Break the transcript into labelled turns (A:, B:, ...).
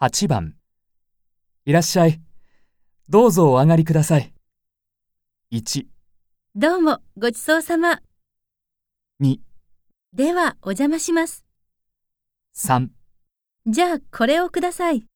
A: 8番いらっしゃい。どうぞお上がりください。1、
B: どうも、ごちそうさま。
A: 2、
B: では、お邪魔します。
A: 3
B: じゃあ、これをください。